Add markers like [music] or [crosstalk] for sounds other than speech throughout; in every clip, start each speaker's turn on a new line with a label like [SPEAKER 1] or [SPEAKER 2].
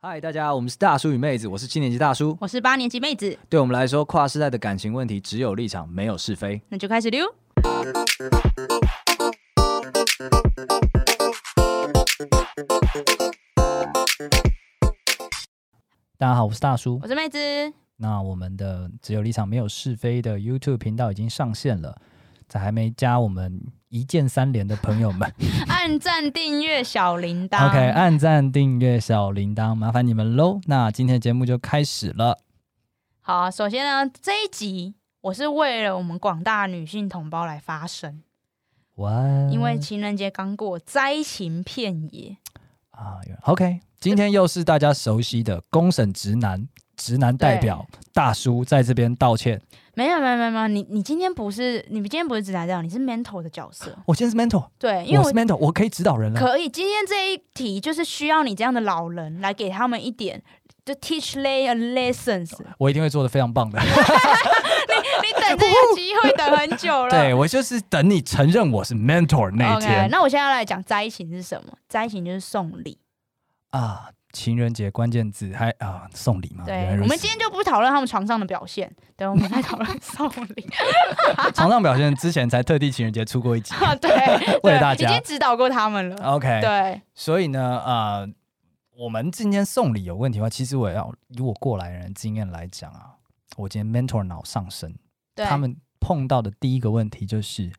[SPEAKER 1] 嗨，大家，我们是大叔与妹子，我是七年级大叔。
[SPEAKER 2] 我是八年级妹子，
[SPEAKER 1] 对我们来说，跨世代的感情问题只有立场，没有是非。
[SPEAKER 2] 那就开始溜。
[SPEAKER 1] 大家好，我是大叔
[SPEAKER 2] 我。是妹子，
[SPEAKER 1] 那我们的只有立场，没有是非的 YouTube 频道已经上线了，在还没加我们一键三连的朋友
[SPEAKER 2] [laughs]
[SPEAKER 1] 们
[SPEAKER 2] 按赞、订阅、小铃铛。
[SPEAKER 1] ，OK，按赞、订阅、小铃铛，麻烦你们喽。那今天的节目就开始了。
[SPEAKER 2] 好啊、首先呢，这一集我是为了我们广大女性同胞来发声，
[SPEAKER 1] 哇，
[SPEAKER 2] 因为情人节刚过，灾情遍野。
[SPEAKER 1] 啊有人，OK，今天又是大家熟悉的公审直男。直男代表大叔在这边道歉，
[SPEAKER 2] 没有，没有，没有，没有，你你今天不是你今天不是指南这样，你是 mentor 的角色。
[SPEAKER 1] 我今天是 mentor，
[SPEAKER 2] 对，因为
[SPEAKER 1] 我是
[SPEAKER 2] 我
[SPEAKER 1] mentor，我可以指导人了。
[SPEAKER 2] 可以，今天这一题就是需要你这样的老人来给他们一点，就 teach lay a lessons。
[SPEAKER 1] 我一定会做的非常棒的。
[SPEAKER 2] [laughs] 你等这个机会等很久了。
[SPEAKER 1] [laughs] 对我就是等你承认我是 mentor 那一
[SPEAKER 2] OK，
[SPEAKER 1] 天
[SPEAKER 2] 那我现在要来讲灾情是什么？灾情就是送礼。
[SPEAKER 1] 啊，情人节关键字还啊送礼嘛。原来
[SPEAKER 2] 对，
[SPEAKER 1] 如
[SPEAKER 2] 我
[SPEAKER 1] 此
[SPEAKER 2] 们今天就不讨论他们床上的表现，对，我们来讨论送礼。
[SPEAKER 1] [laughs] 啊床上表现之前才特地情人节出过
[SPEAKER 2] [laughs]
[SPEAKER 1] 一集
[SPEAKER 2] 啊，对，
[SPEAKER 1] 为了
[SPEAKER 2] 对
[SPEAKER 1] 大家
[SPEAKER 2] 已经指导过他们了。
[SPEAKER 1] ，OK。
[SPEAKER 2] 对，
[SPEAKER 1] 所以呢，啊，我们今天送礼有问题的话，其实我也要以我过来人的经验来讲啊，我今天 mentor 脑上升，
[SPEAKER 2] 对，
[SPEAKER 1] 他们碰到的第一个问题就是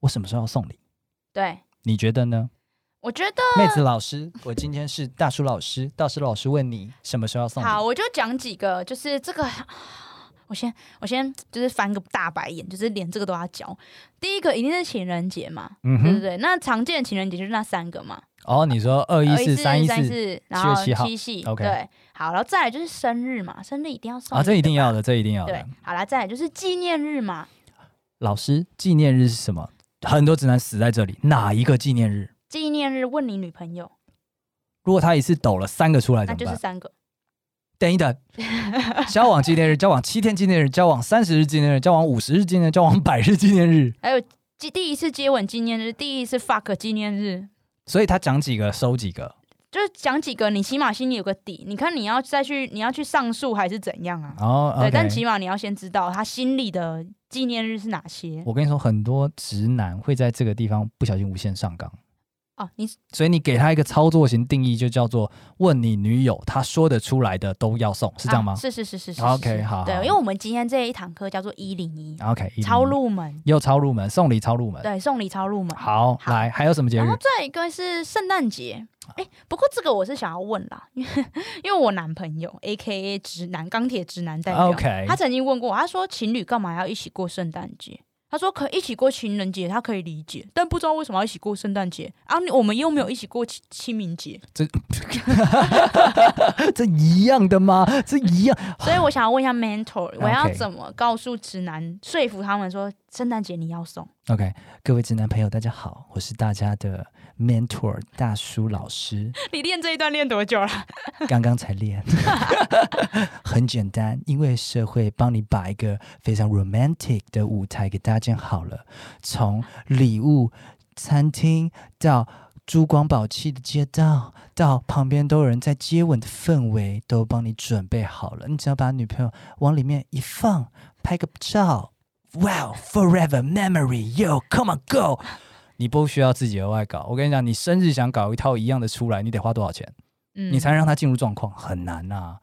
[SPEAKER 1] 我什么时候要送礼？
[SPEAKER 2] 对，
[SPEAKER 1] 你觉得呢？
[SPEAKER 2] 我觉得
[SPEAKER 1] 妹子老师，我今天是大叔老师，大叔老师问你什么时候要送礼？
[SPEAKER 2] 好，我就讲几个，就是这个，我先我先就是翻个大白眼，就是连这个都要教。第一个一定是情人节嘛，
[SPEAKER 1] 嗯
[SPEAKER 2] 对不
[SPEAKER 1] 哼，
[SPEAKER 2] 对？那常见的情人节就是那三个嘛，
[SPEAKER 1] 哦，你说二一
[SPEAKER 2] 二
[SPEAKER 1] 四、三
[SPEAKER 2] 一
[SPEAKER 1] 一
[SPEAKER 2] 三
[SPEAKER 1] 四
[SPEAKER 2] 四，然后
[SPEAKER 1] 7月7号
[SPEAKER 2] 七夕
[SPEAKER 1] OK
[SPEAKER 2] 对，好，然后再来就是生日嘛，生日一定要送
[SPEAKER 1] 啊，这一
[SPEAKER 2] 礼的
[SPEAKER 1] 定
[SPEAKER 2] 吧
[SPEAKER 1] 要的，这一定要
[SPEAKER 2] 对
[SPEAKER 1] 的。，
[SPEAKER 2] 好啦，再来就是纪念日嘛，
[SPEAKER 1] 老师，纪念日是什么？很多直男死在这里，哪一个纪念日？
[SPEAKER 2] 纪念日问你女朋友，
[SPEAKER 1] 如果他一次抖了三个出来怎
[SPEAKER 2] 那
[SPEAKER 1] 么
[SPEAKER 2] 就是
[SPEAKER 1] 办？
[SPEAKER 2] 三个。
[SPEAKER 1] 等一等，交往纪念日、交往七天纪念日、交往三十日纪念日、交往五十日纪念日、交往百日纪念日。
[SPEAKER 2] 还有第第一次接吻纪念日，第一次 fuck 纪念日，
[SPEAKER 1] 所以他讲几个收几个
[SPEAKER 2] 就是讲几个，你起码心里有个底。你看你要再去，你要去上诉还是怎样啊？
[SPEAKER 1] 哦。
[SPEAKER 2] 对
[SPEAKER 1] OK
[SPEAKER 2] 但起码你要先知道他心里的纪念日是哪些
[SPEAKER 1] 我跟你说，很多直男会在这个地方不小心无限上纲。
[SPEAKER 2] 哦。你
[SPEAKER 1] 所以你给他一个操作型定义，就叫做问你女友，她说得出来的都要送，是这样吗
[SPEAKER 2] 啊、、是是是是是是
[SPEAKER 1] OK，
[SPEAKER 2] 是
[SPEAKER 1] 好
[SPEAKER 2] 对，
[SPEAKER 1] 好啊
[SPEAKER 2] 因为我们今天这一堂课叫做一零一
[SPEAKER 1] o k
[SPEAKER 2] 超入门，
[SPEAKER 1] 又超入门，送礼超入门。
[SPEAKER 2] 对，送礼超入门。
[SPEAKER 1] 好，
[SPEAKER 2] 好
[SPEAKER 1] 来还有什么节
[SPEAKER 2] 然
[SPEAKER 1] 日
[SPEAKER 2] 后？再一个是圣诞节，哎、不过这个我是想要问啦，因为因为我男朋友 A K A 直男钢铁直男代表
[SPEAKER 1] 啊 OK
[SPEAKER 2] 他曾经问过我，他说情侣干嘛要一起过圣诞节？他说可一起过情人节，他可以理解，但不知道为什么要一起过圣诞节啊？你我们又没有一起过清清明节，
[SPEAKER 1] [laughs] 这一样的吗？这一样
[SPEAKER 2] 所以我想要问一
[SPEAKER 1] [sighs]
[SPEAKER 2] 下 mentor，我要怎么告诉直男说服他们说圣诞节你要送？
[SPEAKER 1] ？OK，各位直男朋友，大家好，我是大家的 mentor 大叔老师，
[SPEAKER 2] [laughs] 你练这一段练多久了？
[SPEAKER 1] [laughs] 刚刚才练，很简单，因为社会帮你把一个非常 romantic 的舞台给搭建好了，从礼物餐厅到。珠光宝气的街道，到旁边都有人在接吻的氛围，都帮你准备好了。你只要把女朋友往里面一放，拍个照，Wow forever memory yo，come on go！你不需要自己额外搞。我跟你讲，你生日想搞一套一样的出来，你得花多少钱？
[SPEAKER 2] [laughs] 嗯
[SPEAKER 1] 你才能让他进入状况，很难呐、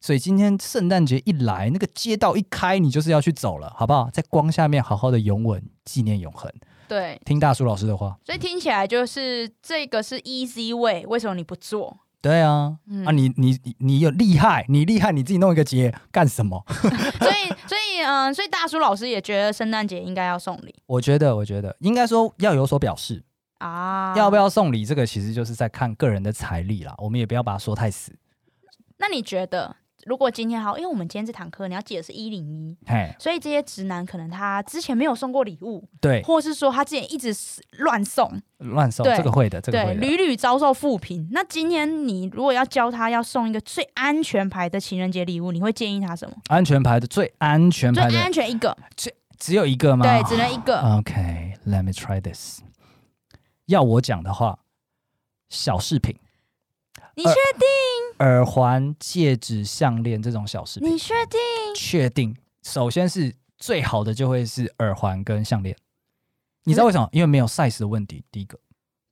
[SPEAKER 1] 所以今天圣诞节一来，那个街道一开，你就是要去走了，好不好？在光下面好好的拥吻，纪念永恒。
[SPEAKER 2] 对，
[SPEAKER 1] 听大叔老师的话，
[SPEAKER 2] 所以听起来就是这个是 easy way，为什么你不做？
[SPEAKER 1] 对啊，
[SPEAKER 2] 嗯
[SPEAKER 1] 啊你你你你有厉害，你厉害，你自己弄一个节干什么？ [laughs]
[SPEAKER 2] 所以，所以，嗯，所以大叔老师也觉得圣诞节应该要送礼
[SPEAKER 1] 我觉得，我觉得应该说要有所表示，
[SPEAKER 2] 啊？
[SPEAKER 1] 要不
[SPEAKER 2] 要？
[SPEAKER 1] 要送礼，这个其实就是在看个人的财力啦。我们也不要把它说太死，
[SPEAKER 2] 那你觉得，如果今天好，因为我们今天这堂课你要记得是一零一，
[SPEAKER 1] 嘿，
[SPEAKER 2] 所以这些直男可能他之前没有送过礼物，
[SPEAKER 1] 对，
[SPEAKER 2] 或是说他之前一直乱送，
[SPEAKER 1] 乱送
[SPEAKER 2] 对
[SPEAKER 1] 这个会的，这个
[SPEAKER 2] 对，
[SPEAKER 1] 会的。啊
[SPEAKER 2] 屡屡遭受负评。那今天你如果要教他要送一个最安全牌的情人节礼物，你会建议他什么？
[SPEAKER 1] 安全牌的最安全
[SPEAKER 2] 最
[SPEAKER 1] 牌的啊
[SPEAKER 2] 安全一个，
[SPEAKER 1] 只有一个吗？
[SPEAKER 2] 对，只能一个。
[SPEAKER 1] OK，let、me try this。要我讲的话，小饰品，
[SPEAKER 2] 你确定？
[SPEAKER 1] 耳环、戒指、项链这种小饰品，
[SPEAKER 2] 你确定？
[SPEAKER 1] 确定。首先是最好的就会是耳环跟项链，你知道为什么？因为没有 size 的问题。第一个，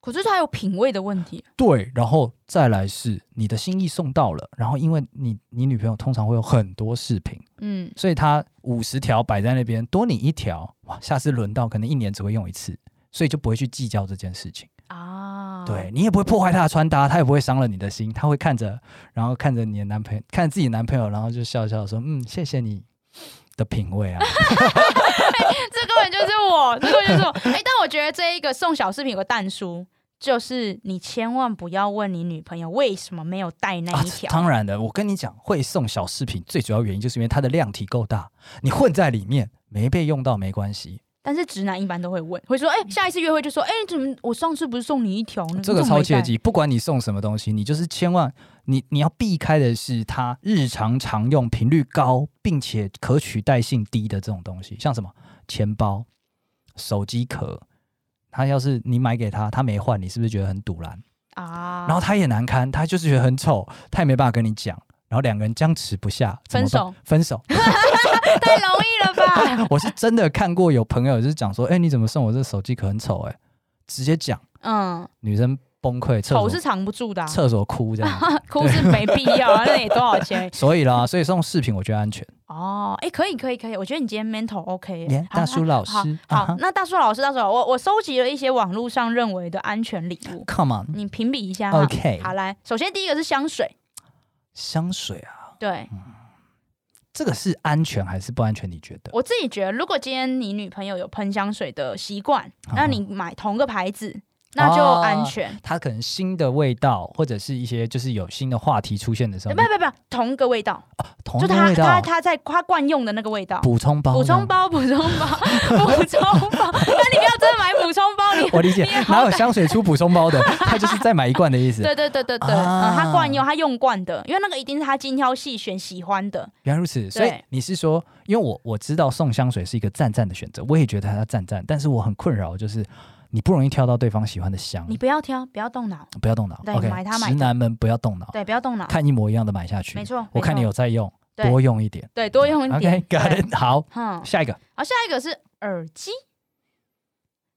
[SPEAKER 2] 可是它有品味的问题，
[SPEAKER 1] 对，然后再来是你的心意送到了，然后因为你你女朋友通常会有很多饰品，
[SPEAKER 2] 嗯，
[SPEAKER 1] 所以她五十条摆在那边，多你一条，哇，下次轮到可能一年只会用一次，所以就不会去计较这件事情。
[SPEAKER 2] 啊，
[SPEAKER 1] 对，你也不会破坏她的穿搭，她也不会伤了你的心，她会看着，然后看着你的男朋友，看着自己男朋友，然后就笑笑地说：“嗯，谢谢你的品味
[SPEAKER 2] [laughs]
[SPEAKER 1] 啊。
[SPEAKER 2] 这根本就是我，这根本就是我。哎、但我觉得这一个送小饰品有个淡书，就是你千万不要问你女朋友为什么没有带那
[SPEAKER 1] 啊
[SPEAKER 2] 一”条。
[SPEAKER 1] 当然的，我跟你讲，会送小饰品最主要原因就是因为它的量体够大，你混在里面没被用到没关系，
[SPEAKER 2] 但是直男一般都会问，会说：“哎、下一次约会就说，哎、你怎么我上次不是送你一条呢？
[SPEAKER 1] 这个
[SPEAKER 2] 你怎嗯么
[SPEAKER 1] 超
[SPEAKER 2] 没带
[SPEAKER 1] 切记，不管你送什么东西，你就是千万你你要避开的是它日常常用、频率高并且可取代性低的这种东西，像什么钱包、手机壳。他要是你买给他，他没换，你是不是觉得很堵然？
[SPEAKER 2] 啊。”
[SPEAKER 1] 然后他也难堪，他就是觉得很丑，他也没办法跟你讲，然后两个人僵持不下，怎么
[SPEAKER 2] 分
[SPEAKER 1] 办
[SPEAKER 2] 手，
[SPEAKER 1] 分手。
[SPEAKER 2] 太容易
[SPEAKER 1] [laughs]
[SPEAKER 2] 了吧？
[SPEAKER 1] 我是真的看过有朋友就是讲说，哎、你怎么送我这手机壳很丑？哎，直接讲，
[SPEAKER 2] 嗯，
[SPEAKER 1] 女生崩溃，厕
[SPEAKER 2] 丑
[SPEAKER 1] 所
[SPEAKER 2] 是藏不住的、啊，
[SPEAKER 1] 厕所哭这样子。
[SPEAKER 2] 哭是没必要
[SPEAKER 1] [laughs]
[SPEAKER 2] 啊，那也多少钱？
[SPEAKER 1] 所以啦， [laughs] 所以送饰品我觉得安全。
[SPEAKER 2] 哦，哎、可以可以可以，我觉得你今天 mental OK，
[SPEAKER 1] 耶
[SPEAKER 2] 好
[SPEAKER 1] 大叔老
[SPEAKER 2] 好
[SPEAKER 1] 师，
[SPEAKER 2] 好
[SPEAKER 1] 啊哈
[SPEAKER 2] 那大叔老师，大叔老师，我我收集了一些网络上认为的安全礼物，
[SPEAKER 1] ，Come on，
[SPEAKER 2] 你评比一下哈。
[SPEAKER 1] OK
[SPEAKER 2] 嗯好来，首先第一个是香水，
[SPEAKER 1] 香水啊，
[SPEAKER 2] 对
[SPEAKER 1] 这个是安全还是不安全？你觉得？
[SPEAKER 2] 我自己觉得，如果今天你女朋友有喷香水的习惯，
[SPEAKER 1] 啊
[SPEAKER 2] 那你买同个牌子，那就
[SPEAKER 1] 哦
[SPEAKER 2] 安全。
[SPEAKER 1] 它可能新的味道，或者是一些就是有新的话题出现的时
[SPEAKER 2] 不
[SPEAKER 1] 候，
[SPEAKER 2] 不不，同一个味道，
[SPEAKER 1] 同
[SPEAKER 2] 就
[SPEAKER 1] 一个
[SPEAKER 2] 他
[SPEAKER 1] 味
[SPEAKER 2] 他
[SPEAKER 1] 道
[SPEAKER 2] 他在他惯用的那个味道。
[SPEAKER 1] 补充包，
[SPEAKER 2] 补充。包，补充包，补
[SPEAKER 1] [laughs]
[SPEAKER 2] 充包。那你不要真的买补充包，你
[SPEAKER 1] 我理解
[SPEAKER 2] [laughs] 你，好
[SPEAKER 1] 哪有香水出补充包的？它就是再买一罐的意思。
[SPEAKER 2] [laughs] 对对对对对，
[SPEAKER 1] 啊
[SPEAKER 2] 嗯，他惯用，他用惯的，因为那个一定是他精挑细选喜欢的。
[SPEAKER 1] 原来如此，所以你是说，因为我我知道送香水是一个赞赞的选择，我也觉得它赞赞，但是我很困扰，就是你不容易挑到对方喜欢的香
[SPEAKER 2] 你。不要挑，不要动脑，
[SPEAKER 1] 不要动脑
[SPEAKER 2] 对
[SPEAKER 1] ，OK，
[SPEAKER 2] 买它买它
[SPEAKER 1] 直男们不要动脑，
[SPEAKER 2] 对，不要动脑，
[SPEAKER 1] 看一模一样的买下去
[SPEAKER 2] 没。错。
[SPEAKER 1] 我看你
[SPEAKER 2] 没错
[SPEAKER 1] 有在用，
[SPEAKER 2] 对
[SPEAKER 1] 多用一点。
[SPEAKER 2] 对多用一点。对 [laughs]
[SPEAKER 1] OK，got it。好，
[SPEAKER 2] 嗯，
[SPEAKER 1] 下一个
[SPEAKER 2] 好，下一个是耳机，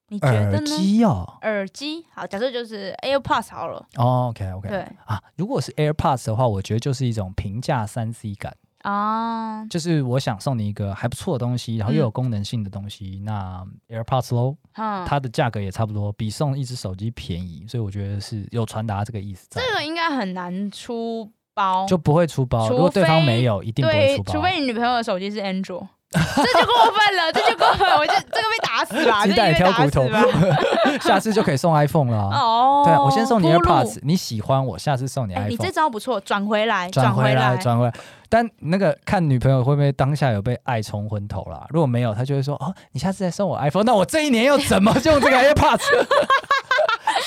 [SPEAKER 2] 你觉得
[SPEAKER 1] 耳
[SPEAKER 2] 呢？
[SPEAKER 1] 机哦。
[SPEAKER 2] 耳机好，假设就是 AirPods 好了，
[SPEAKER 1] OK，OK
[SPEAKER 2] 对
[SPEAKER 1] 啊，如果是 AirPods 的话，我觉得就是一种平价三 C 感，
[SPEAKER 2] 啊，
[SPEAKER 1] 就是我想送你一个还不错的东西，然后又
[SPEAKER 2] 嗯
[SPEAKER 1] 有功能性的东西。那 AirPods 喽，
[SPEAKER 2] 嗯，
[SPEAKER 1] 它的价格也差不多，比送一只手机便宜，所以我觉得是有传达这个意思在，
[SPEAKER 2] 这个应该很难出包，
[SPEAKER 1] 就不会出包。
[SPEAKER 2] 除
[SPEAKER 1] 如果对方
[SPEAKER 2] 非
[SPEAKER 1] 没有，一定不会
[SPEAKER 2] 对
[SPEAKER 1] 出，包，
[SPEAKER 2] 除非你女朋友的手机是 Android。这就过分
[SPEAKER 1] [laughs]
[SPEAKER 2] 了，这就过分了，我就这个被打死吧，
[SPEAKER 1] 鸡
[SPEAKER 2] 这
[SPEAKER 1] 蛋也
[SPEAKER 2] 个被
[SPEAKER 1] 挑
[SPEAKER 2] 打
[SPEAKER 1] 骨
[SPEAKER 2] 死
[SPEAKER 1] 头
[SPEAKER 2] 吧。，
[SPEAKER 1] [laughs] 下次就可以送 iPhone 了啊。
[SPEAKER 2] 哦，
[SPEAKER 1] 对啊，我先送你
[SPEAKER 2] 铺路
[SPEAKER 1] AirPods，你喜欢我，下次送你
[SPEAKER 2] 哎、你这
[SPEAKER 1] iPhone。
[SPEAKER 2] 招不错，转回来，
[SPEAKER 1] 转
[SPEAKER 2] 回
[SPEAKER 1] 回
[SPEAKER 2] 来，
[SPEAKER 1] 来，转回来。但那个看女朋友会不会当下有被爱冲昏头啦？如果没有，她就会说：“哦，你下次再送我 iPhone，那我这一年要怎么用这个 [laughs]
[SPEAKER 2] [laughs]
[SPEAKER 1] AirPods？”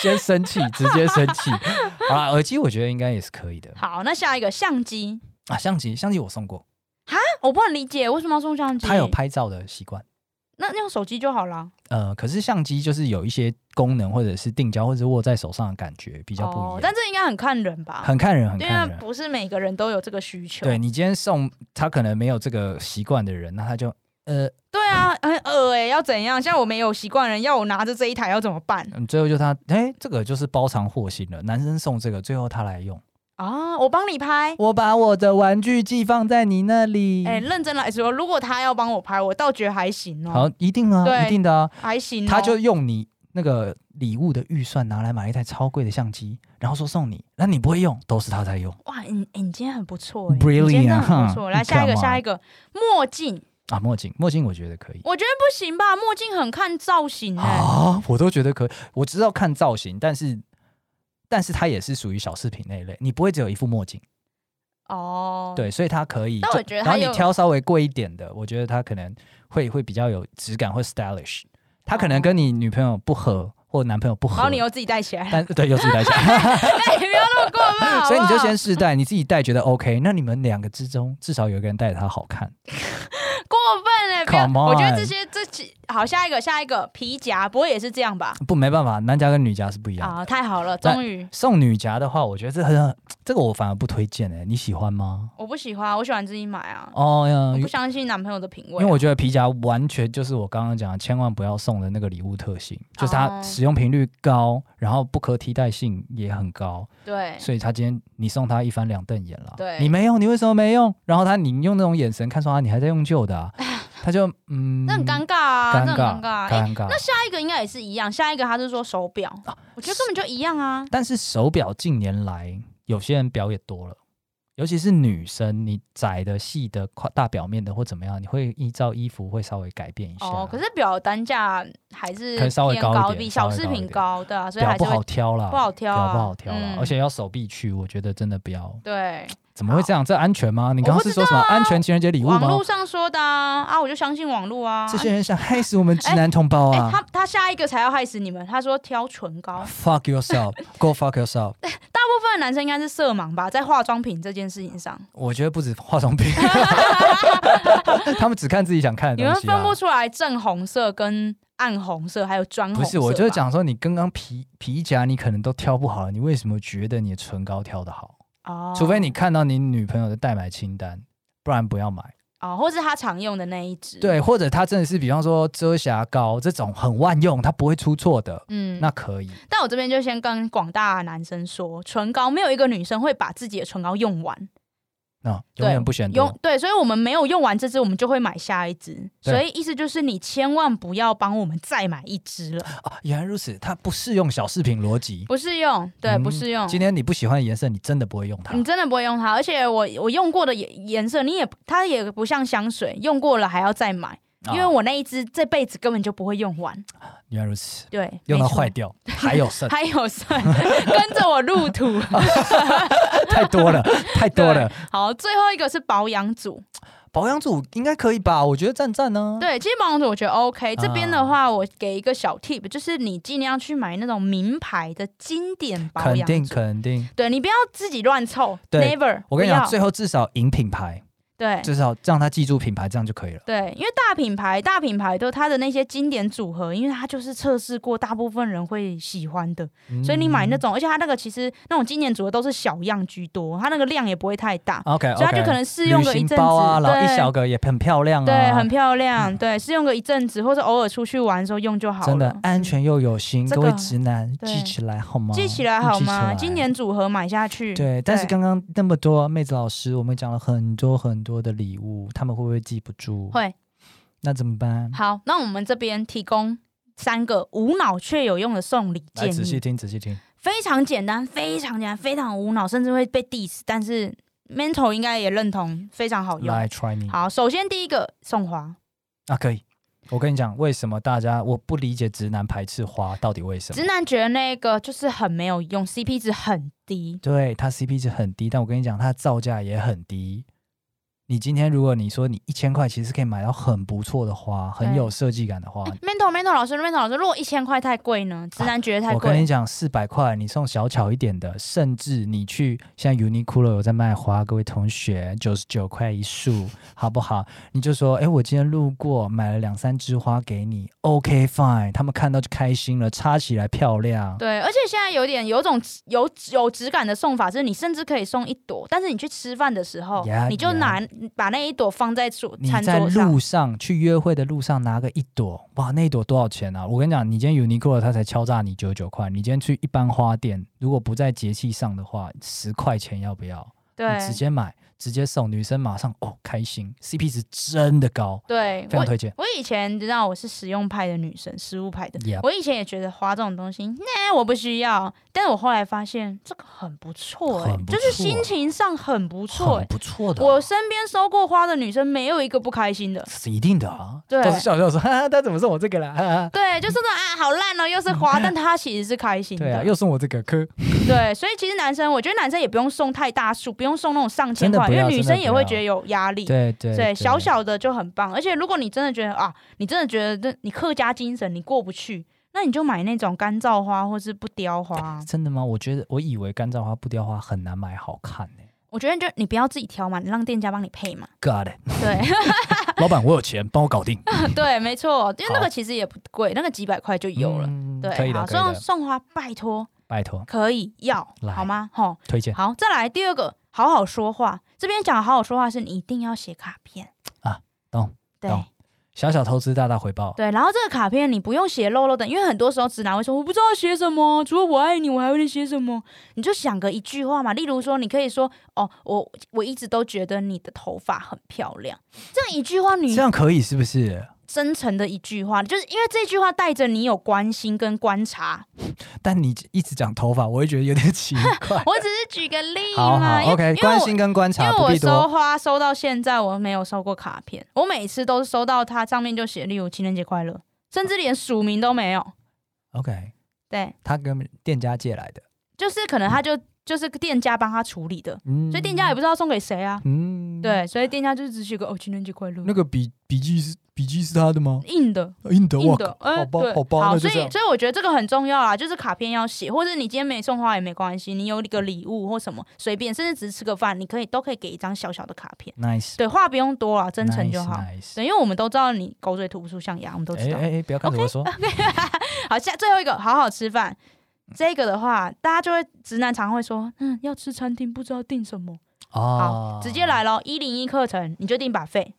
[SPEAKER 1] 先生气，直接生气。好啦，耳机我觉得应该也是可以的
[SPEAKER 2] 好，那下一个相机，
[SPEAKER 1] 啊。相机，相机我送过，
[SPEAKER 2] 我不能理解为什么要送相机。
[SPEAKER 1] 他有拍照的习惯。
[SPEAKER 2] 那用手机就好了，
[SPEAKER 1] 呃，可是相机就是有一些功能，或者是定焦，或者是握在手上的感觉比
[SPEAKER 2] 比
[SPEAKER 1] 较不一样，
[SPEAKER 2] 哦但这应该很看人吧，
[SPEAKER 1] 很看人，很
[SPEAKER 2] 因
[SPEAKER 1] 看
[SPEAKER 2] 为
[SPEAKER 1] 人。啊
[SPEAKER 2] 不是每个人都有这个需求。
[SPEAKER 1] 对你今天送他可能没有这个习惯的人，那他就呃，
[SPEAKER 2] 对啊，很恶哎、要怎样？像我没有习惯人，要我拿着这一台要怎么办
[SPEAKER 1] 嗯最后就他哎、这个就是包藏祸心了。男生送这个，最后他来
[SPEAKER 2] [laughs]
[SPEAKER 1] 用，嗯
[SPEAKER 2] 啊？我帮你拍。
[SPEAKER 1] 我把我的玩具寄放在你那里。
[SPEAKER 2] 哎、认真来说，如果他要帮我拍，我倒觉得还行哦、
[SPEAKER 1] 好，一定啊，
[SPEAKER 2] 对
[SPEAKER 1] 一定的啊，
[SPEAKER 2] 还行、哦。
[SPEAKER 1] 他就用你那个礼物的预算拿来买一台超贵的相机，然后说送你，那你不会用，都是他在用
[SPEAKER 2] 哇，你、哎你今天很不错、哎，
[SPEAKER 1] Brilliant，
[SPEAKER 2] 你今天真的很不错。
[SPEAKER 1] huh？
[SPEAKER 2] 来下一个，
[SPEAKER 1] Come on
[SPEAKER 2] 下一个墨镜，
[SPEAKER 1] 啊。墨镜，墨镜我觉得可以。
[SPEAKER 2] 我觉得不行吧，墨镜很看造型哎、
[SPEAKER 1] 啊，我都觉得可以。我知道看造型，但是但是它也是属于小饰品那一类，你不会只有一副墨镜，
[SPEAKER 2] 哦，，
[SPEAKER 1] 对，所以它可以。
[SPEAKER 2] 但
[SPEAKER 1] 就
[SPEAKER 2] 我觉得
[SPEAKER 1] 然后
[SPEAKER 2] 它
[SPEAKER 1] 你
[SPEAKER 2] 有
[SPEAKER 1] 挑稍微贵一点的，我觉得它可能会会比较有质感或 stylish，它可能
[SPEAKER 2] 哦
[SPEAKER 1] 跟你女朋友不合或男朋友不合，
[SPEAKER 2] 然后你又自己戴起来了，
[SPEAKER 1] 但对又自己戴
[SPEAKER 2] [laughs]
[SPEAKER 1] 起来，
[SPEAKER 2] 哎，不要那么过分，好不好
[SPEAKER 1] 所以你就先试戴，你自己戴觉得 OK，那你们两个之中至少有一个人戴着它好看，
[SPEAKER 2] 过过分哎！不要
[SPEAKER 1] Come
[SPEAKER 2] 我觉得
[SPEAKER 1] on
[SPEAKER 2] 这些这几好，下一个下一个皮夹，不会也是这样吧？
[SPEAKER 1] 不，没办法，男夹跟女夹是不一样的。
[SPEAKER 2] 啊，太好了，
[SPEAKER 1] 但
[SPEAKER 2] 终于
[SPEAKER 1] 送女夹的话，我觉得这很，这个我反而不推荐哎、你喜欢吗？
[SPEAKER 2] 我不喜欢，我喜欢自己买啊，
[SPEAKER 1] 哦呀
[SPEAKER 2] 我，不相信男朋友的品味啊，
[SPEAKER 1] 因为我觉得皮夹完全就是我刚刚讲的，千万不要送的那个礼物特性，就是它
[SPEAKER 2] 哦
[SPEAKER 1] 使用频率高，然后不可替代性也很高，
[SPEAKER 2] 对
[SPEAKER 1] 所以他今天你送他一翻两瞪眼了，
[SPEAKER 2] 对
[SPEAKER 1] 你没用，你为什么没用？然后他你用那种眼神看出啊，你还在用旧的、
[SPEAKER 2] [laughs]
[SPEAKER 1] 啊，他就嗯，
[SPEAKER 2] 那很尴尬啊，
[SPEAKER 1] 尴
[SPEAKER 2] 那很
[SPEAKER 1] 尬，
[SPEAKER 2] 尴尬啊。哎
[SPEAKER 1] 尴尬。啊
[SPEAKER 2] 那下一个应该也是一样，下一个他是说手表，我觉得根本就一样啊。
[SPEAKER 1] 但是手表近年来有些人表也多了，尤其是女生，你窄的、细的、宽大表面的或怎么样，你会依照衣服会稍微改变一下。
[SPEAKER 2] 哦，可是表单价还是
[SPEAKER 1] 啊可能稍微
[SPEAKER 2] 偏
[SPEAKER 1] 高一
[SPEAKER 2] 高，
[SPEAKER 1] 点
[SPEAKER 2] 比
[SPEAKER 1] 稍微
[SPEAKER 2] 小饰
[SPEAKER 1] 高一
[SPEAKER 2] 品
[SPEAKER 1] 点
[SPEAKER 2] 高，对啊，所以
[SPEAKER 1] 表
[SPEAKER 2] 还是
[SPEAKER 1] 不
[SPEAKER 2] 会
[SPEAKER 1] 好挑啦，
[SPEAKER 2] 不好挑
[SPEAKER 1] 表
[SPEAKER 2] 啊
[SPEAKER 1] 不好挑啦，
[SPEAKER 2] 嗯
[SPEAKER 1] 而且要手臂去，我觉得真的不要。
[SPEAKER 2] 对。
[SPEAKER 1] 怎么会这样？这安全吗？你刚刚是说什么、安全情人节礼物
[SPEAKER 2] 啊网
[SPEAKER 1] 吗
[SPEAKER 2] 络？上说的啊，啊我就相信网络啊。
[SPEAKER 1] 这些人想害死我们直男同胞
[SPEAKER 2] 哎、
[SPEAKER 1] 啊！
[SPEAKER 2] 他他下一个才要害死你们。他说挑唇膏，
[SPEAKER 1] Fuck yourself, go fuck
[SPEAKER 2] [laughs]
[SPEAKER 1] yourself。
[SPEAKER 2] 大部分的男生应该是色盲吧，在化妆品这件事情上，
[SPEAKER 1] 我觉得不止化妆品，
[SPEAKER 2] [laughs]
[SPEAKER 1] 他们只看自己想看的
[SPEAKER 2] 你们
[SPEAKER 1] 东西、啊。
[SPEAKER 2] 分不出来正红色跟暗红色，还有砖红
[SPEAKER 1] 不
[SPEAKER 2] 色。
[SPEAKER 1] 是，我就是，讲说，你刚刚皮皮夹你可能都挑不好了，你为什么觉得你的唇膏挑的好？
[SPEAKER 2] 哦
[SPEAKER 1] 除非你看到你女朋友的代买清单，不然不要买。
[SPEAKER 2] 哦，或是他常用的那一支。，
[SPEAKER 1] 对，或者它真的是，比方说遮瑕膏这种很万用，它不会出错的，
[SPEAKER 2] 嗯，
[SPEAKER 1] 那可以。
[SPEAKER 2] 但我这边就先跟广大的男生说，唇膏没有一个女生会把自己的唇膏用完，
[SPEAKER 1] 那、
[SPEAKER 2] 对
[SPEAKER 1] 永远不嫌
[SPEAKER 2] 用
[SPEAKER 1] 多。
[SPEAKER 2] 对，所以我们没有用完这支，我们就会买下一支。
[SPEAKER 1] 对
[SPEAKER 2] 所以意思就是，你千万不要帮我们再买一支了，
[SPEAKER 1] 啊，原来如此，它不适用小饰品逻辑。
[SPEAKER 2] 不适用，对，
[SPEAKER 1] 嗯
[SPEAKER 2] 不适用。嗯
[SPEAKER 1] 今天你不喜欢的颜色，你真的不会用它
[SPEAKER 2] 你。真的不会用它，而且我我用过的颜颜色，你也它也不像香水，用过了还要再买，因为
[SPEAKER 1] 啊、
[SPEAKER 2] 我那一支这辈子根本就不会用完。
[SPEAKER 1] 原来如此，
[SPEAKER 2] 对，
[SPEAKER 1] 用到
[SPEAKER 2] 没错
[SPEAKER 1] 坏，
[SPEAKER 2] [laughs]
[SPEAKER 1] 掉，还有剩，
[SPEAKER 2] 还有算 [laughs] 跟着我
[SPEAKER 1] [laughs]
[SPEAKER 2] 入土。
[SPEAKER 1] 太多
[SPEAKER 2] [laughs]
[SPEAKER 1] 了，太多了。
[SPEAKER 2] 好，最后一个是保养组，
[SPEAKER 1] 保养组应该可以吧？我觉得赞赞呢。
[SPEAKER 2] 对，其实保养组我觉得 OK。这边
[SPEAKER 1] 嗯啊
[SPEAKER 2] 的话，我给一个小 tip，就是你尽量去买那种名牌的经典保
[SPEAKER 1] 肯
[SPEAKER 2] 养
[SPEAKER 1] 定
[SPEAKER 2] 组，
[SPEAKER 1] 肯定。
[SPEAKER 2] 对你不要自己乱凑
[SPEAKER 1] 对
[SPEAKER 2] ，never。
[SPEAKER 1] 我跟你讲，
[SPEAKER 2] 不
[SPEAKER 1] 最
[SPEAKER 2] 要
[SPEAKER 1] 后至少赢品牌，
[SPEAKER 2] 对
[SPEAKER 1] 至少让他记住品牌，这样就可以了。
[SPEAKER 2] 对，因为大品牌、大品牌都它的那些经典组合，因为它就是测试过，大部分人会喜欢的，所以你买那
[SPEAKER 1] 嗯
[SPEAKER 2] 种，而且它那个其实那种经典组合都是小样居多，它那个量也不会太大，
[SPEAKER 1] OK，
[SPEAKER 2] 所以它就可能试用个一阵子，
[SPEAKER 1] 包啊，然后一
[SPEAKER 2] 对
[SPEAKER 1] 小。个也很漂亮啊，
[SPEAKER 2] 对，很漂亮。对，试用个一阵子，或者偶尔出去玩的时候用就好了。
[SPEAKER 1] 真的安全又有心，
[SPEAKER 2] 这
[SPEAKER 1] 各
[SPEAKER 2] 个
[SPEAKER 1] 位直男
[SPEAKER 2] 对
[SPEAKER 1] 记起来好吗？
[SPEAKER 2] 记起来好
[SPEAKER 1] 记起
[SPEAKER 2] 吗？
[SPEAKER 1] 来
[SPEAKER 2] 经典组合买下去。
[SPEAKER 1] 对，但是刚刚那么多妹子老师，我们讲了很多很多的礼物，他们会不会记不住？
[SPEAKER 2] 会
[SPEAKER 1] 那怎么办？
[SPEAKER 2] 好，那我们这边提供三个无脑却有用的送礼
[SPEAKER 1] 来
[SPEAKER 2] 建
[SPEAKER 1] 仔细
[SPEAKER 2] 议，
[SPEAKER 1] 听，仔细听。
[SPEAKER 2] 非常简单，非常简单，非常无脑，甚至会被 diss，但是 mentor 应该也认同，非常好用。
[SPEAKER 1] 来 try me
[SPEAKER 2] 好，首先第一个送花，
[SPEAKER 1] 啊，可以。我跟你讲，为什么大家我不理解直男排斥花到底为什么
[SPEAKER 2] 直？男觉得那个就是很没有用，CP 值很低。
[SPEAKER 1] 对，它 CP 值很低，但我跟你讲，它造价也很低。你今天如果你说你一千块，其实可以买到很不错的花，很
[SPEAKER 2] 对
[SPEAKER 1] 有设计感的花。
[SPEAKER 2] mentor mentor 老师，mentor 老师，如果一千块太贵呢？直男觉得太
[SPEAKER 1] 啊我跟你
[SPEAKER 2] 贵。
[SPEAKER 1] 讲，四百块你送小巧一点的，甚至你去现在 Uniqlo 有在卖花，各位同学九十九块一束，好不好？你就说，哎，我今天路过买了两三枝花给你，OK fine，他们看到就开心了，插起来漂亮。
[SPEAKER 2] 对，而且现在有点有种有有质感的送法，是你甚至可以送一朵，但是你去吃饭的时候
[SPEAKER 1] Yeah,
[SPEAKER 2] 你就
[SPEAKER 1] yeah.
[SPEAKER 2] 拿把那一朵放在桌
[SPEAKER 1] 你
[SPEAKER 2] 餐
[SPEAKER 1] 在
[SPEAKER 2] 桌上。
[SPEAKER 1] 路上去约会的路上拿个一朵，哇，那一朵多少钱啊？我跟你讲，你今天 Uniqlo 它才敲诈你九十九块，你今天去一般花店，如果不在节气上的话，十块钱要不要？
[SPEAKER 2] 对
[SPEAKER 1] 你直接买，直接送，女生马上哦开心，CP 值真的高，
[SPEAKER 2] 对，
[SPEAKER 1] 非常
[SPEAKER 2] 我
[SPEAKER 1] 推荐。
[SPEAKER 2] 我以前你知道我是实用派的女生，实物派的。
[SPEAKER 1] Yep
[SPEAKER 2] 我以前也觉得花这种东西，那、我不需要。但是我后来发现这个很不错、欸，
[SPEAKER 1] 很不
[SPEAKER 2] 就是
[SPEAKER 1] 错
[SPEAKER 2] 心情上很不错、
[SPEAKER 1] 很
[SPEAKER 2] 欸。
[SPEAKER 1] 不错的啊，
[SPEAKER 2] 我身边收过花的女生，没有一个不开心的。
[SPEAKER 1] 是一定的啊，
[SPEAKER 2] 对
[SPEAKER 1] 都是笑笑说，哈哈，他怎么送我这个啦？哈哈
[SPEAKER 2] 对，就是说啊，好烂哦，又是花，但她其实是开心的。
[SPEAKER 1] 对啊，又送我这个，可
[SPEAKER 2] 对，所以其实男生，我觉得男生也不用送太大数，不用送那种上千
[SPEAKER 1] 真的
[SPEAKER 2] 块，
[SPEAKER 1] 不
[SPEAKER 2] 因为
[SPEAKER 1] 要
[SPEAKER 2] 女
[SPEAKER 1] 真的
[SPEAKER 2] 生也
[SPEAKER 1] 不
[SPEAKER 2] 会
[SPEAKER 1] 要
[SPEAKER 2] 觉得有压力。
[SPEAKER 1] 对对
[SPEAKER 2] 对，小小的就很棒。而且如果你真的觉得啊，你真的觉得这你客家精神你过不去，那你就买那种干燥花或是不雕花。
[SPEAKER 1] [laughs] 真的吗？我觉得我以为干燥花、不雕花很难买好看呢。
[SPEAKER 2] 我觉得就你不要自己挑嘛，你让店家帮你配嘛。
[SPEAKER 1] ，got it，
[SPEAKER 2] 对 [laughs]
[SPEAKER 1] 老板我有钱，帮我搞定，
[SPEAKER 2] 对，没错，因为那
[SPEAKER 1] 好
[SPEAKER 2] 个其实也不贵，那个几百块就 [laughs] 有了。
[SPEAKER 1] 嗯
[SPEAKER 2] 对，
[SPEAKER 1] 可以的，
[SPEAKER 2] 好，
[SPEAKER 1] 可以
[SPEAKER 2] 送
[SPEAKER 1] 的，
[SPEAKER 2] 送花，拜托，
[SPEAKER 1] 拜托，
[SPEAKER 2] 可以要
[SPEAKER 1] 来
[SPEAKER 2] 好吗？吼，
[SPEAKER 1] 推荐
[SPEAKER 2] 好，再来第二个，好好说话。这边讲好好说话是你一定要写卡片
[SPEAKER 1] 啊，懂。
[SPEAKER 2] 对
[SPEAKER 1] 懂小小投资大大回报，
[SPEAKER 2] 对，然后这个卡片你不用写漏漏的，因为很多时候直男会说我不知道写什么，除了我爱你，我还会写什么？你就想个一句话嘛，例如说，你可以说哦，我我一直都觉得你的头发很漂亮，
[SPEAKER 1] 嗯
[SPEAKER 2] 这样一句话你
[SPEAKER 1] 这样可以是不是？
[SPEAKER 2] 真诚的一句话，就是因为这句话带着你有关心跟观察。
[SPEAKER 1] 但你一直讲头发，我会觉得有点奇怪。
[SPEAKER 2] [laughs] 我只是举个例
[SPEAKER 1] 好
[SPEAKER 2] 嘛，因
[SPEAKER 1] 好
[SPEAKER 2] 为
[SPEAKER 1] ，OK，
[SPEAKER 2] 因为
[SPEAKER 1] 关
[SPEAKER 2] 我
[SPEAKER 1] 心跟观
[SPEAKER 2] 因
[SPEAKER 1] 察
[SPEAKER 2] 为
[SPEAKER 1] 不
[SPEAKER 2] 我
[SPEAKER 1] 必
[SPEAKER 2] 收
[SPEAKER 1] 多。
[SPEAKER 2] 花收到现在，我没有收过卡片，我每次都是收到它上面就写，例如情人节快乐，甚至连署名都没有。
[SPEAKER 1] OK，
[SPEAKER 2] 对，
[SPEAKER 1] 他跟店家借来的，
[SPEAKER 2] 就是可能他就就是店家帮他处理的，
[SPEAKER 1] 嗯
[SPEAKER 2] 所以店家也不知道送给谁啊。
[SPEAKER 1] 嗯，
[SPEAKER 2] 对，所以店家就是只写个哦，情人节快乐，
[SPEAKER 1] 那个笔笔记是笔记是他的吗？
[SPEAKER 2] 硬的。
[SPEAKER 1] 印的
[SPEAKER 2] 硬
[SPEAKER 1] 哇，
[SPEAKER 2] 的，
[SPEAKER 1] 好
[SPEAKER 2] 哎，
[SPEAKER 1] 吧
[SPEAKER 2] 对，
[SPEAKER 1] 好吧那就
[SPEAKER 2] 所以
[SPEAKER 1] 这样
[SPEAKER 2] 所以我觉得这个很重要啊，就是卡片要写，或者你今天没送花也没关系，你有一个礼物或什么，随便，甚至只是吃个饭，你可以都可以给一张小小的卡片，
[SPEAKER 1] nice，
[SPEAKER 2] 对，话不用多啊，真诚就
[SPEAKER 1] nice，
[SPEAKER 2] 好。
[SPEAKER 1] nice
[SPEAKER 2] 对，因为我们都知道你狗嘴吐不出象牙，我们都知
[SPEAKER 1] 哎
[SPEAKER 2] 道。
[SPEAKER 1] 哎哎，不要看着我说，
[SPEAKER 2] 好，下最后一个，好好吃饭。这个的话，大家就会直男常会说，嗯，要吃餐厅不知道订什么，
[SPEAKER 1] 哦
[SPEAKER 2] 好，，直接。来咯，一零一课程你就订把费，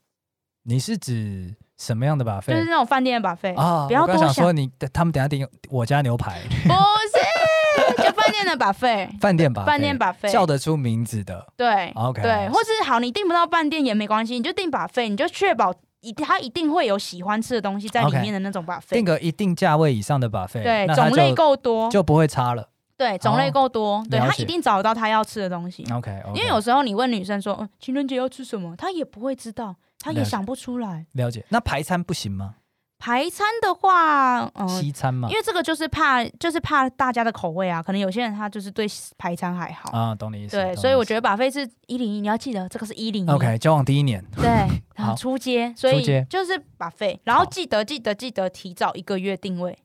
[SPEAKER 1] 你是指什么样的把费？
[SPEAKER 2] 就是那种饭店的把费，
[SPEAKER 1] 啊，
[SPEAKER 2] 不要
[SPEAKER 1] 我刚
[SPEAKER 2] 多
[SPEAKER 1] 想
[SPEAKER 2] 想
[SPEAKER 1] 说你他们等下订我家牛排，
[SPEAKER 2] 不是，就饭店的把费，
[SPEAKER 1] [laughs] 饭店把
[SPEAKER 2] 饭店把费，
[SPEAKER 1] 叫得出名字的
[SPEAKER 2] 对
[SPEAKER 1] ，OK，
[SPEAKER 2] 对，或是好，你订不到饭店也没关系，你就订把费，你就确保一它一定会有喜欢吃的东西在里
[SPEAKER 1] OK
[SPEAKER 2] 面的那种把费
[SPEAKER 1] 定，个一定价位以上的把费，
[SPEAKER 2] 对，
[SPEAKER 1] 那它
[SPEAKER 2] 种类
[SPEAKER 1] 就
[SPEAKER 2] 够多，
[SPEAKER 1] 就不会差了。
[SPEAKER 2] 对，种类
[SPEAKER 1] 哦
[SPEAKER 2] 够多，对
[SPEAKER 1] 了
[SPEAKER 2] 他
[SPEAKER 1] 解
[SPEAKER 2] 一定找得到他要吃的东西。
[SPEAKER 1] OK，,
[SPEAKER 2] 因为有时候你问女生说，嗯，情人节要吃什么，她也不会知道，她也
[SPEAKER 1] 了解
[SPEAKER 2] 想不出来。
[SPEAKER 1] 了解，那排餐不行吗？
[SPEAKER 2] 排餐的话，嗯、
[SPEAKER 1] 西餐嘛
[SPEAKER 2] 因，为这个就是怕，就是怕大家的口味啊。可能有些人他就是对排餐还好，
[SPEAKER 1] 啊，懂你意思。
[SPEAKER 2] 对，所以我觉得把费是一零一，你要记得这个是一零一。
[SPEAKER 1] 得 OK，交往第一年 [laughs]
[SPEAKER 2] 对，
[SPEAKER 1] 好
[SPEAKER 2] 很出街，所
[SPEAKER 1] 出街
[SPEAKER 2] 以就是把费，然后
[SPEAKER 1] 好
[SPEAKER 2] 记得记得记得提早一个月定位，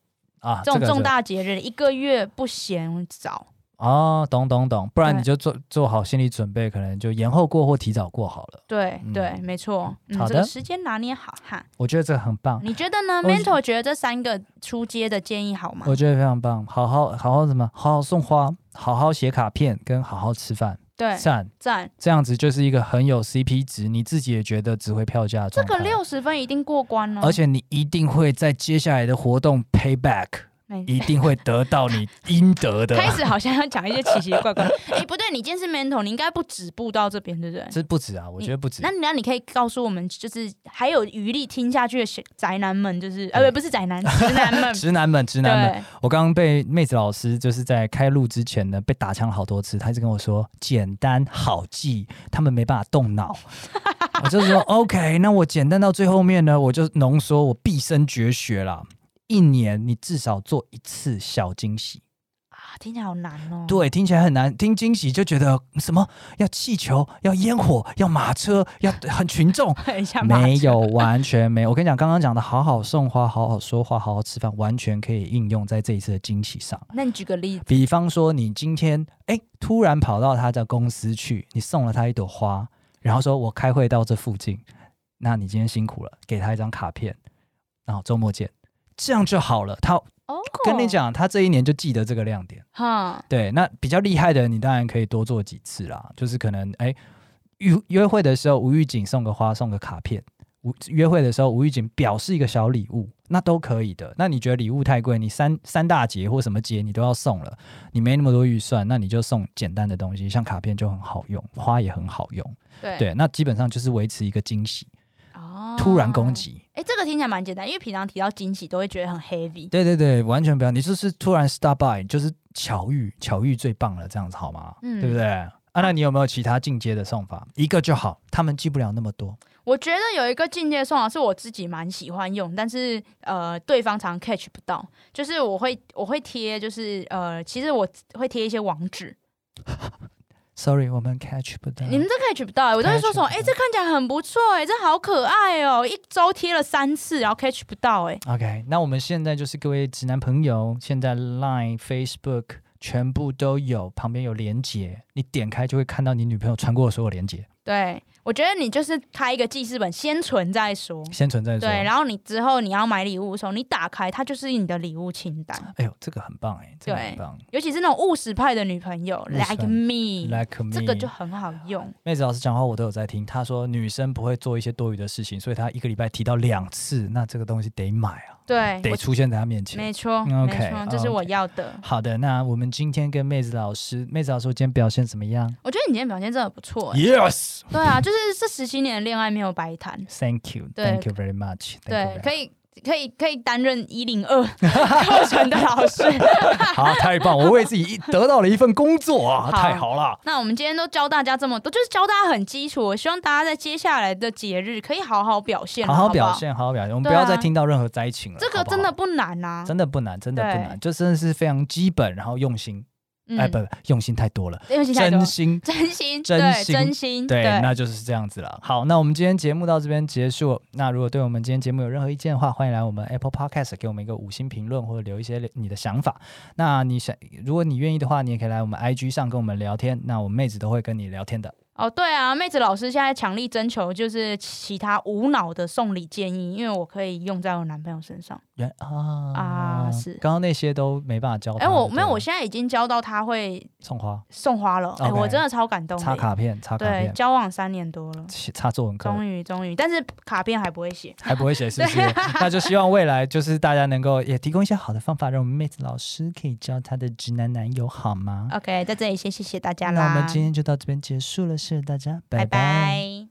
[SPEAKER 1] 啊，
[SPEAKER 2] 这种
[SPEAKER 1] 个
[SPEAKER 2] 重大节日一个月不嫌早。
[SPEAKER 1] 哦，懂懂懂，不然
[SPEAKER 2] 对
[SPEAKER 1] 你就做做好心理准备，可能就延后过或提早过好了。
[SPEAKER 2] 对
[SPEAKER 1] 嗯
[SPEAKER 2] 对，没错，嗯
[SPEAKER 1] 好，
[SPEAKER 2] 这
[SPEAKER 1] 的
[SPEAKER 2] 个时间拿捏好哈。
[SPEAKER 1] 我觉得这个很棒，
[SPEAKER 2] 你觉得呢
[SPEAKER 1] 我
[SPEAKER 2] ？Mentor 觉得这三个出街的建议好吗
[SPEAKER 1] 我？觉得非常棒，好好好好什么，好好送花，好好写卡片，跟好好吃饭，
[SPEAKER 2] 对，
[SPEAKER 1] 赞，
[SPEAKER 2] 赞，
[SPEAKER 1] 这样子就是一个很有 CP 值，你自己也觉得值回票价的
[SPEAKER 2] 这
[SPEAKER 1] 状态。
[SPEAKER 2] 个六十分一定过关了。
[SPEAKER 1] 而且你一定会在接下来的活动 pay
[SPEAKER 2] [laughs]
[SPEAKER 1] back，
[SPEAKER 2] 没
[SPEAKER 1] 一定会得到你应得的。
[SPEAKER 2] 开始好像要讲一些奇奇怪 [laughs] 怪。哎，不对，你今天是 Mentor，你应该不止步到这边，对不对？
[SPEAKER 1] 这不止啊，我觉得不止
[SPEAKER 2] 那。那你可以告诉我们，就是还有余力听下去的小宅男们，就是呃，
[SPEAKER 1] 对。
[SPEAKER 2] 不不是宅男，直男
[SPEAKER 1] [laughs]
[SPEAKER 2] 们
[SPEAKER 1] 直男们，直男们，
[SPEAKER 2] 对，
[SPEAKER 1] 我刚刚被妹子老师就是在开录之前呢被打枪了好多次，她一直跟我说简单好记，他们没办法动脑。 [laughs] 我就说 OK，那我简单到最后面呢，我就浓缩我毕生绝学啦。一年你至少做一次小惊喜，
[SPEAKER 2] 啊，听起来好难哦。 [laughs]
[SPEAKER 1] 对，听起来很难。听惊喜就觉得嗯什么要气球、要烟火、要马车、要很群众，
[SPEAKER 2] [laughs] 对，一下马
[SPEAKER 1] 没
[SPEAKER 2] 车
[SPEAKER 1] 有，完全没有。我跟你讲，刚刚讲的好好送花、好好说话、好好吃饭，完全可以应用在这一次的惊喜上。
[SPEAKER 2] [laughs] 那你举个例子，
[SPEAKER 1] 比方说，你今天哎突然跑到他的公司去，你送了他一朵花，然后说我开会到这附近，那你今天辛苦了，给他一张卡片，然后周末见，这样就好了。他
[SPEAKER 2] 哦，
[SPEAKER 1] 跟你，讲，他这一年就记得这个亮点。
[SPEAKER 2] 哈，
[SPEAKER 1] 对，那比较厉害的，你当然可以多做几次啦。就是可能哎，约约会的时候无预警送个花，送个卡片；无约会的时候无预警表示一个小礼物，那都可以的。那你觉得礼物太贵，你三三大节或什么节你都要送了，你没那么多预算，那你就送简单的东西，像卡片就很好用，花也很好用。
[SPEAKER 2] 对，
[SPEAKER 1] 对，那基本上就是维持一个惊喜，
[SPEAKER 2] 哦，
[SPEAKER 1] 突然攻。击。
[SPEAKER 2] 哎，这个听起来蛮简单，因为平常提到惊喜都会觉得很 heavy。
[SPEAKER 1] 对对对，完全不要，你就是突然 stop by，就是巧遇，巧遇最棒了，这样子好吗？
[SPEAKER 2] 嗯
[SPEAKER 1] 对不对？啊，那你有没有其他进阶的送法？一个就好，他们记不了那么多。
[SPEAKER 2] 我觉得有一个境界送法是我自己蛮喜欢用，但是呃，对方常 catch 不到。就是我会我会贴，就是呃，其实我会贴一些网址，
[SPEAKER 1] Sorry，我们 catch 不到。
[SPEAKER 2] 你们这 catch 不到、欸，我都会说什么？
[SPEAKER 1] 嗯 catch
[SPEAKER 2] 哎、
[SPEAKER 1] 不到
[SPEAKER 2] 这看起来很不错、欸，哎，这好可爱哦、一周贴了三次，然后 catch 不到、欸，哎，
[SPEAKER 1] OK，那我们现在就是各位直男朋友，现在 Line、Facebook、全部都有，旁边有连接，你点开就会看到你女朋友传过的所有连接，
[SPEAKER 2] 对，我觉得你就是开一个记事本，先存再说。
[SPEAKER 1] 先存在说。
[SPEAKER 2] 对，然后你之后你要买礼物的时候，你打开它就是你的礼物清单，
[SPEAKER 1] 哎呦，这个很棒哎、这个很棒。
[SPEAKER 2] 尤其是那种务实派的女朋友
[SPEAKER 1] 务实派
[SPEAKER 2] ，like me，
[SPEAKER 1] Like me，
[SPEAKER 2] 这个就很好用。
[SPEAKER 1] 妹子老师讲话我都有在听，她说女生不会做一些多余的事情，所以她一个礼拜提到两次，那这个东西得买啊，
[SPEAKER 2] 对，
[SPEAKER 1] 得
[SPEAKER 2] 哎我
[SPEAKER 1] 出现在她面前。
[SPEAKER 2] 没错，
[SPEAKER 1] 嗯
[SPEAKER 2] 没错
[SPEAKER 1] OK，，
[SPEAKER 2] 这是我
[SPEAKER 1] OK
[SPEAKER 2] 要的。
[SPEAKER 1] 好的，那我们今天跟妹子老师，妹子老师我今天表现怎么样
[SPEAKER 2] 我觉得你今天表现真的不错、欸。
[SPEAKER 1] ？Yes，Thank
[SPEAKER 2] 对啊，就是这十七年的恋爱没有
[SPEAKER 1] [laughs]
[SPEAKER 2] 白谈。对
[SPEAKER 1] you，Thank you very much。
[SPEAKER 2] 对，可
[SPEAKER 1] 以。
[SPEAKER 2] 以可以可以担任一零二课程的老
[SPEAKER 1] [laughs]
[SPEAKER 2] 师。
[SPEAKER 1] 好，太棒！我为自己一得到了一份工作啊，
[SPEAKER 2] 好
[SPEAKER 1] 太好了。
[SPEAKER 2] 那我们今天都教大家这么多，就是教大家很基础。我希望大家在接下来的节日可以好好表现，
[SPEAKER 1] 好
[SPEAKER 2] 好
[SPEAKER 1] 好
[SPEAKER 2] 不
[SPEAKER 1] 表。现，好好表现，我们
[SPEAKER 2] 对
[SPEAKER 1] 不要
[SPEAKER 2] 啊
[SPEAKER 1] 再听到任何灾情了。
[SPEAKER 2] 这个
[SPEAKER 1] 好不
[SPEAKER 2] 真的
[SPEAKER 1] 好
[SPEAKER 2] 不难啊，
[SPEAKER 1] 真的不难，真的不
[SPEAKER 2] 对
[SPEAKER 1] 难，就真的是非常基本，然后用心。
[SPEAKER 2] 嗯
[SPEAKER 1] 哎，不，不用心太多了，
[SPEAKER 2] 对不起，太多
[SPEAKER 1] 真心
[SPEAKER 2] 真心，
[SPEAKER 1] 真
[SPEAKER 2] 对，
[SPEAKER 1] 心
[SPEAKER 2] 真心，
[SPEAKER 1] 对，
[SPEAKER 2] 嗯对，
[SPEAKER 1] 那就是这样子了。好，那我们今天节目到这边结束。那如果对我们今天节目有任何意见的话，欢迎来我们 Apple Podcast 给我们一个五星评论，或者留一些你的想法。那你想，如果你愿意的话，你也可以来我们 IG 上跟我们聊天。那我们妹子都会跟你聊天的。
[SPEAKER 2] 哦，对啊，妹子老师现在强力征求就是其他无脑的送礼建议，因为我可以用在我男朋友身上。
[SPEAKER 1] 原啊
[SPEAKER 2] 啊是
[SPEAKER 1] 刚刚那些都没办法教他
[SPEAKER 2] 哎，
[SPEAKER 1] 的。
[SPEAKER 2] 我没有，
[SPEAKER 1] 对
[SPEAKER 2] 我现在已经教到他会
[SPEAKER 1] 送花、
[SPEAKER 2] 送花了，哎，
[SPEAKER 1] OK
[SPEAKER 2] 我真的超感动的。
[SPEAKER 1] 插卡片、插卡
[SPEAKER 2] 对，
[SPEAKER 1] 片、
[SPEAKER 2] 交往三年多了，
[SPEAKER 1] 插作文课
[SPEAKER 2] 终于终于，但是卡片还不会写。
[SPEAKER 1] 还不会写，是不是？那就希望未来就是大家能够也提供一些好的方法，让我们妹子老师可以教她的直男男友，好吗？
[SPEAKER 2] OK，在这里先谢谢大家
[SPEAKER 1] 那
[SPEAKER 2] 啦，
[SPEAKER 1] 我们今天就到这边结束了，谢谢大家，
[SPEAKER 2] 拜
[SPEAKER 1] 拜拜
[SPEAKER 2] 拜